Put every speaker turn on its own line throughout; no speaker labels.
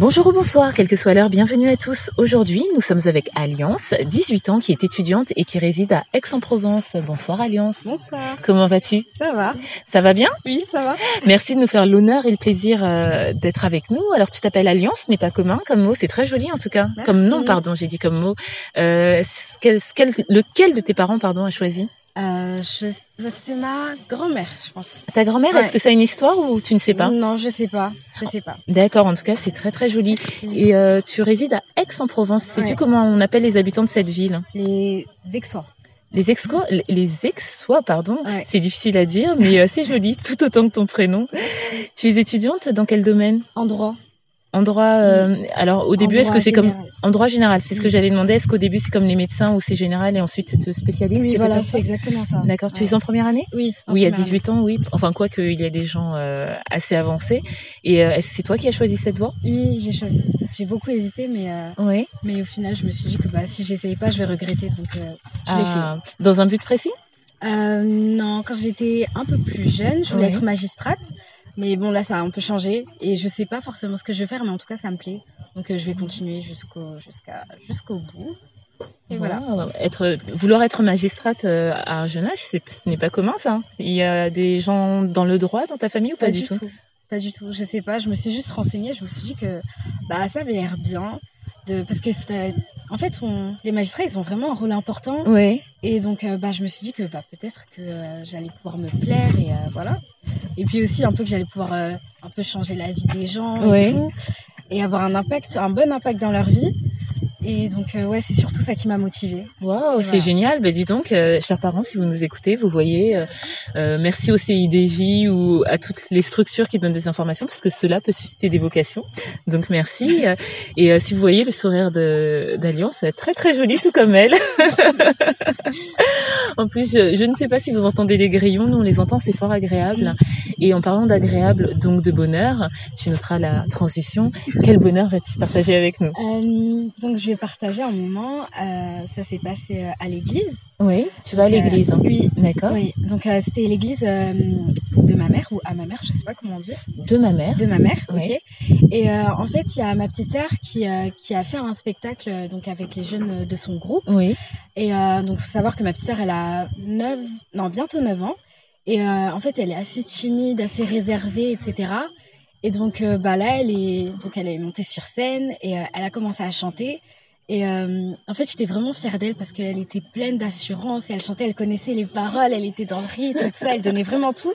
Bonjour ou bonsoir, quelle que soit l'heure, bienvenue à tous. Aujourd'hui, nous sommes avec Alliance, 18 ans, qui est étudiante et qui réside à Aix-en-Provence. Bonsoir Alliance.
Bonsoir,
Comment vas-tu
ça va
Ça va bien
Oui, ça va.
Merci de nous faire l'honneur et le plaisir euh, d'être avec nous. Alors, tu t'appelles Alliance, ce n'est pas commun comme mot, c'est très joli en tout cas.
Merci.
Comme nom, pardon, j'ai dit comme mot. Euh, ce quel- ce quel- lequel de tes parents, pardon, a choisi
Euh, je... C'est ma grand-mère, je pense.
Ta grand-mère,
Ouais.
est-ce que ça a une histoire ou tu ne sais pas
Non, je sais pas. Je sais pas.
D'accord, en tout cas, c'est très très joli. Et euh, tu résides à Aix-en-Provence. Sais-tu
Ouais.
comment on appelle les habitants de cette ville
Les exois.
Les ex les ex-sois, pardon,
Ouais.
c'est difficile à dire, mais euh, c'est joli, tout autant que ton prénom. Tu es étudiante dans quel domaine
En droit.
En droit, euh, alors au début, est-ce que c'est comme en droit général C'est ce que
Mm.
j'allais demander. Est-ce qu'au début c'est comme les médecins où c'est général et ensuite tu te spécialises
Oui,
c'est
voilà,
comme ça
c'est exactement ça.
D'accord. Tu
Ouais.
es en première année
Oui. en
Oui, à
première
18 ans, oui. Enfin, quoi qu'il y ait des gens euh, assez avancés. Et euh, est-ce que c'est toi qui as choisi cette voie
année. Oui, j'ai choisi. J'ai beaucoup hésité, mais, euh,
Oui.
mais au final, je me suis dit que bah, si j'essaye pas, je vais regretter. Donc, euh, je l'ai fait.
Ah, dans un but précis
Euh, non, quand j'étais un peu plus jeune, je voulais
Ouais.
être magistrate. Mais bon, là, ça a un peu changé. Et je sais pas forcément ce que je vais faire, mais en tout cas, ça me plaît. Donc, euh, je vais
Mhm.
continuer jusqu'au jusqu'à jusqu'au bout. Et voilà.
Wow. Être, vouloir être magistrate euh, à un jeune âge, c'est, ce n'est pas commun, ça. Il y a des gens dans le droit dans ta famille ou pas, du tout,
Pas du tout. Je sais pas. Je me suis juste renseignée. Je me suis dit que bah, ça avait l'air bien. De... Parce que, ça- en fait, on... les magistrats, ils ont vraiment un rôle important.
Oui.
Et donc, euh, bah, je me suis dit que bah, peut-être que euh, j'allais pouvoir me plaire et euh, voilà. Et puis aussi un peu que j'allais pouvoir euh, un peu changer la vie des gens
Ouais.
et tout, et avoir un impact, un bon impact dans leur vie. Et donc, euh, ouais, c'est surtout ça qui m'a motivée.
Waouh, c'est
Voilà.
génial. Ben, dis donc, euh, chers parents, si vous nous écoutez, vous voyez, euh, euh, merci au CIDJ ou à toutes les structures qui donnent des informations, parce que cela peut susciter des vocations. Donc, merci. Euh, Et euh, si vous voyez le sourire de- d'Alliance, euh, très très joli, tout comme elle. en plus, je, je ne sais pas si vous entendez des grillons, nous on les entend, c'est fort agréable. Et en parlant d'agréable, donc de bonheur, tu noteras la transition. Quel bonheur vas-tu partager avec nous
Euh, donc, je vais partager un moment. euh, ça s'est passé euh, à l'église.
Oui, tu vas à
Euh,
l'église. hein.
Oui.
D'accord.
Oui, donc euh, c'était l'église euh, de ma mère ou à ma mère, je sais pas comment on dit.
De ma mère.
de ma mère,
Ouais.
ok. Et euh, en fait, il y a ma petite sœur qui, euh, qui a fait un spectacle euh, donc avec les jeunes euh, de son groupe.
Oui.
Et euh, donc, faut savoir que ma petite sœur, elle a 9, non, bientôt 9 ans. Et euh, en fait, elle est assez timide, assez réservée, etc. Et donc, euh, bah là, elle est, donc elle est montée sur scène et euh, elle a commencé à chanter. Et euh, en fait, j'étais vraiment fière d'elle parce qu'elle était pleine d'assurance et elle chantait, elle connaissait les paroles, elle était dans le rythme, tout ça, elle donnait vraiment tout.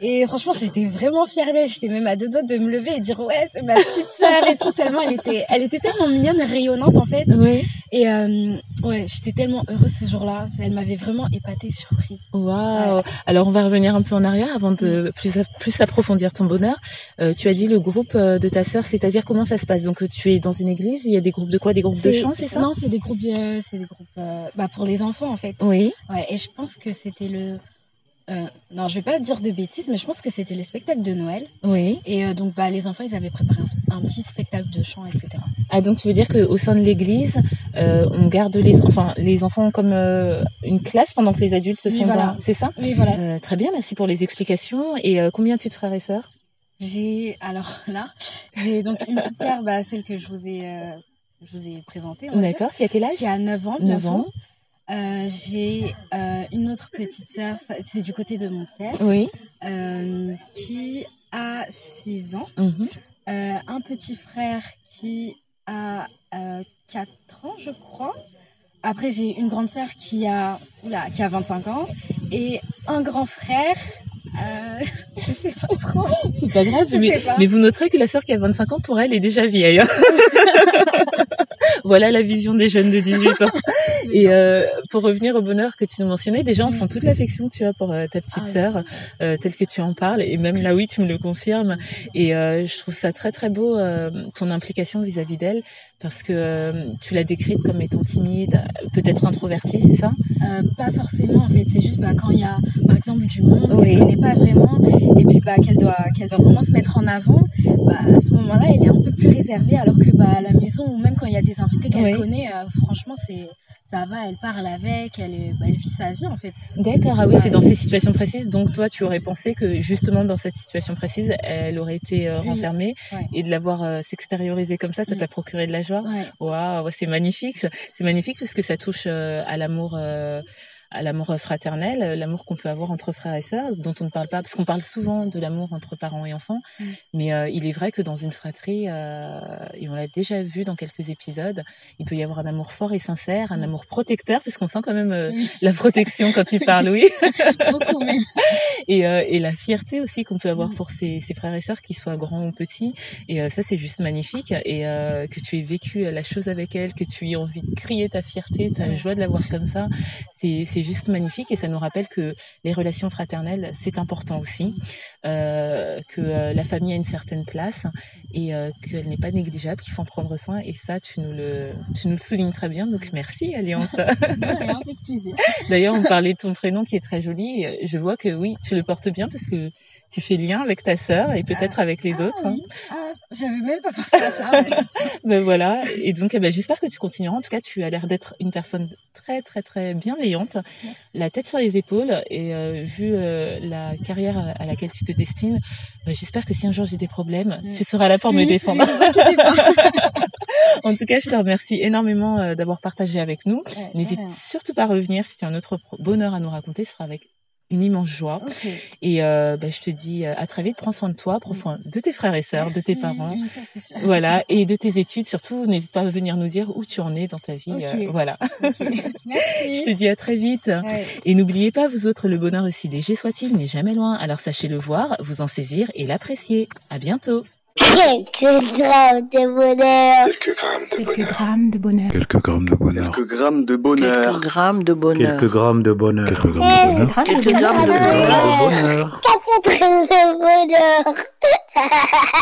Et franchement, j'étais vraiment fière d'elle. J'étais même à deux doigts de me lever et dire ouais, c'est ma petite sœur et tout. Tellement elle était, elle était tellement mignonne, et rayonnante en fait.
Oui.
Et euh, ouais, j'étais tellement heureuse ce jour-là. Elle m'avait vraiment épatée, surprise.
Waouh Alors on va revenir un peu en arrière avant
Mm.
de plus plus approfondir ton bonheur. Euh, tu as dit le groupe euh, de ta sœur, c'est-à-dire comment ça se passe Donc euh, tu es dans une église, il y a des groupes de quoi Des groupes de chant, c'est ça
Non, c'est des groupes, euh, c'est des groupes euh, bah, pour les enfants en fait.
Oui.
Ouais, et je pense que c'était le. euh, non, je vais pas dire de bêtises, mais je pense que c'était le spectacle de Noël.
Oui.
Et euh, donc, bah, les enfants, ils avaient préparé un, sp- un petit spectacle de chant, etc.
Ah donc tu veux dire qu'au sein de l'église, euh, on garde les enfin les enfants ont comme euh, une classe pendant que les adultes se
Oui,
sont
voilà.
dans- c'est ça
Oui, voilà.
Euh, Très bien, merci pour les explications. Et euh, combien tu de frères et sœurs
J'ai alors là, j'ai donc une petite sœur, bah, celle que je vous ai, euh, je vous ai présentée, on va dire,
D'accord. Qui a quel âge
qui a 9 ans.
9
bientôt.
ans.
Euh, j'ai euh, une autre petite sœur, ça- c'est du côté de mon frère,
Oui.
euh, qui a 6 ans.
Mhm.
Euh, un petit frère qui a euh, 4 ans, je crois. Après, j'ai une grande sœur qui a, oula, qui a 25 ans. Et un grand frère, euh, je sais pas trop.
C'est pas grave,
Je
mais,
sais pas.
mais vous noterez que la sœur qui a 25 ans, pour elle, est déjà vieille. hein. voilà la vision des jeunes de 18 ans. Et euh, pour revenir au bonheur que tu nous mentionnais, déjà, on sent toute l'affection que tu as pour euh, ta petite
Mm. Ah,
sœur, euh, telle que tu en parles, et même là, oui, tu me le confirmes. Et euh, je trouve ça très, très beau, euh, ton implication vis-à-vis d'elle, parce que euh, tu l'as décrite comme étant timide, euh, peut-être introvertie, c'est ça
Euh, pas forcément en fait, c'est juste bah, quand il y a par exemple du monde
Oui.
qu'elle connaît pas vraiment et puis bah, qu'elle doit, qu'elle doit vraiment se mettre en avant, bah, bah, à ce moment-là, elle est un peu plus réservée, alors que bah, à la maison, ou même quand il y a des invités qu'elle
Ouais.
connaît, euh, franchement, c'est ça va, elle parle avec, elle, est- bah, elle vit sa vie en fait.
D'accord, ah oui,
Ouais.
c'est dans ces situations précises. Donc toi, tu aurais pensé que justement dans cette situation précise, elle aurait été euh,
Oui,
renfermée
ouais.
et de la voir euh, s'extérioriser comme ça, ça
Mm.
t'a procuré de la joie.
Ouais.
Waouh, c'est magnifique. C'est magnifique parce que ça touche euh, à l'amour. euh, à l'amour fraternel, euh, l'amour qu'on peut avoir entre frères et sœurs, dont on ne parle pas, parce qu'on parle souvent de l'amour entre parents et enfants,
Mm.
mais euh, il est vrai que dans une fratrie, euh, et on l'a déjà vu dans quelques épisodes, il peut y avoir un amour fort et sincère, un
Mm.
amour protecteur, parce qu'on sent quand même euh,
Oui,
la protection quand tu parles, oui,
beaucoup même.
et, euh, et la fierté aussi qu'on peut avoir
Mm.
pour ses, ses frères et sœurs, qu'ils soient grands ou petits, et euh, ça c'est juste magnifique, et euh, que tu aies vécu euh, la chose avec elle, que tu aies envie de crier ta fierté, ta
Ouais.
joie de la voir comme ça, c'est c'est juste magnifique, et ça nous rappelle que les relations fraternelles, c'est important aussi, euh, que euh, la famille a une certaine place, et euh, qu'elle n'est pas négligeable, qu'il faut en prendre soin, et ça tu nous le, tu nous le soulignes très bien, donc merci Alliance
Non, mais avec plaisir.
D'ailleurs, on parlait de ton prénom qui est très joli. Euh, Je vois que oui, tu le portes bien parce que tu fais lien avec ta sœur et peut-être avec les
Ah
autres. hein.
oui. Ah, j'avais même pas pensé à ça. ouais.
Ben voilà. Et donc, eh ben, j'espère que tu continueras. En tout cas, tu as l'air d'être une personne très, très, très bienveillante,
Merci.
la tête sur les épaules. Et euh, vu euh, la carrière à laquelle tu te destines, ben, j'espère que si un jour j'ai des problèmes,
Mm.
tu seras là pour me
Oui,
défendre.
oui, vous inquiétez pas.
En tout cas, je te remercie énormément euh, d'avoir partagé avec nous.
Ouais,
N'hésite
ouais.
surtout pas à revenir si tu as un autre pro- bonheur à nous raconter. Ce sera avec une immense joie.
Ok.
Et euh, bah, je te dis euh, à très vite, prends soin de toi, prends soin de tes frères et sœurs, de tes
Merci.
parents. hein.
Oui, ça, c'est sûr.
Voilà, et de tes études, surtout, n'hésite pas à venir nous dire où tu en es dans ta vie.
Ok.
euh, voilà,
Ok.
je
Merci.
te dis à très vite.
Ouais.
Et n'oubliez pas, vous autres, le bonheur aussi léger soit-il n'est jamais loin. Alors sachez le voir, vous en saisir et l'apprécier. À bientôt.
Quelques drames de bonheur.
Quelques grammes de
Quelques
bonheur.
grammes de bonheur.
Quelques grammes de bonheur.
Quelques grammes de bonheur.
Quelques grammes de bonheur.
Quelques grammes de bonheur. Quelques
Quelques grammes de bonheur.
Quelques grammes de
grammes
bonheur.
de bonheur.
Quatre drames de bonheur.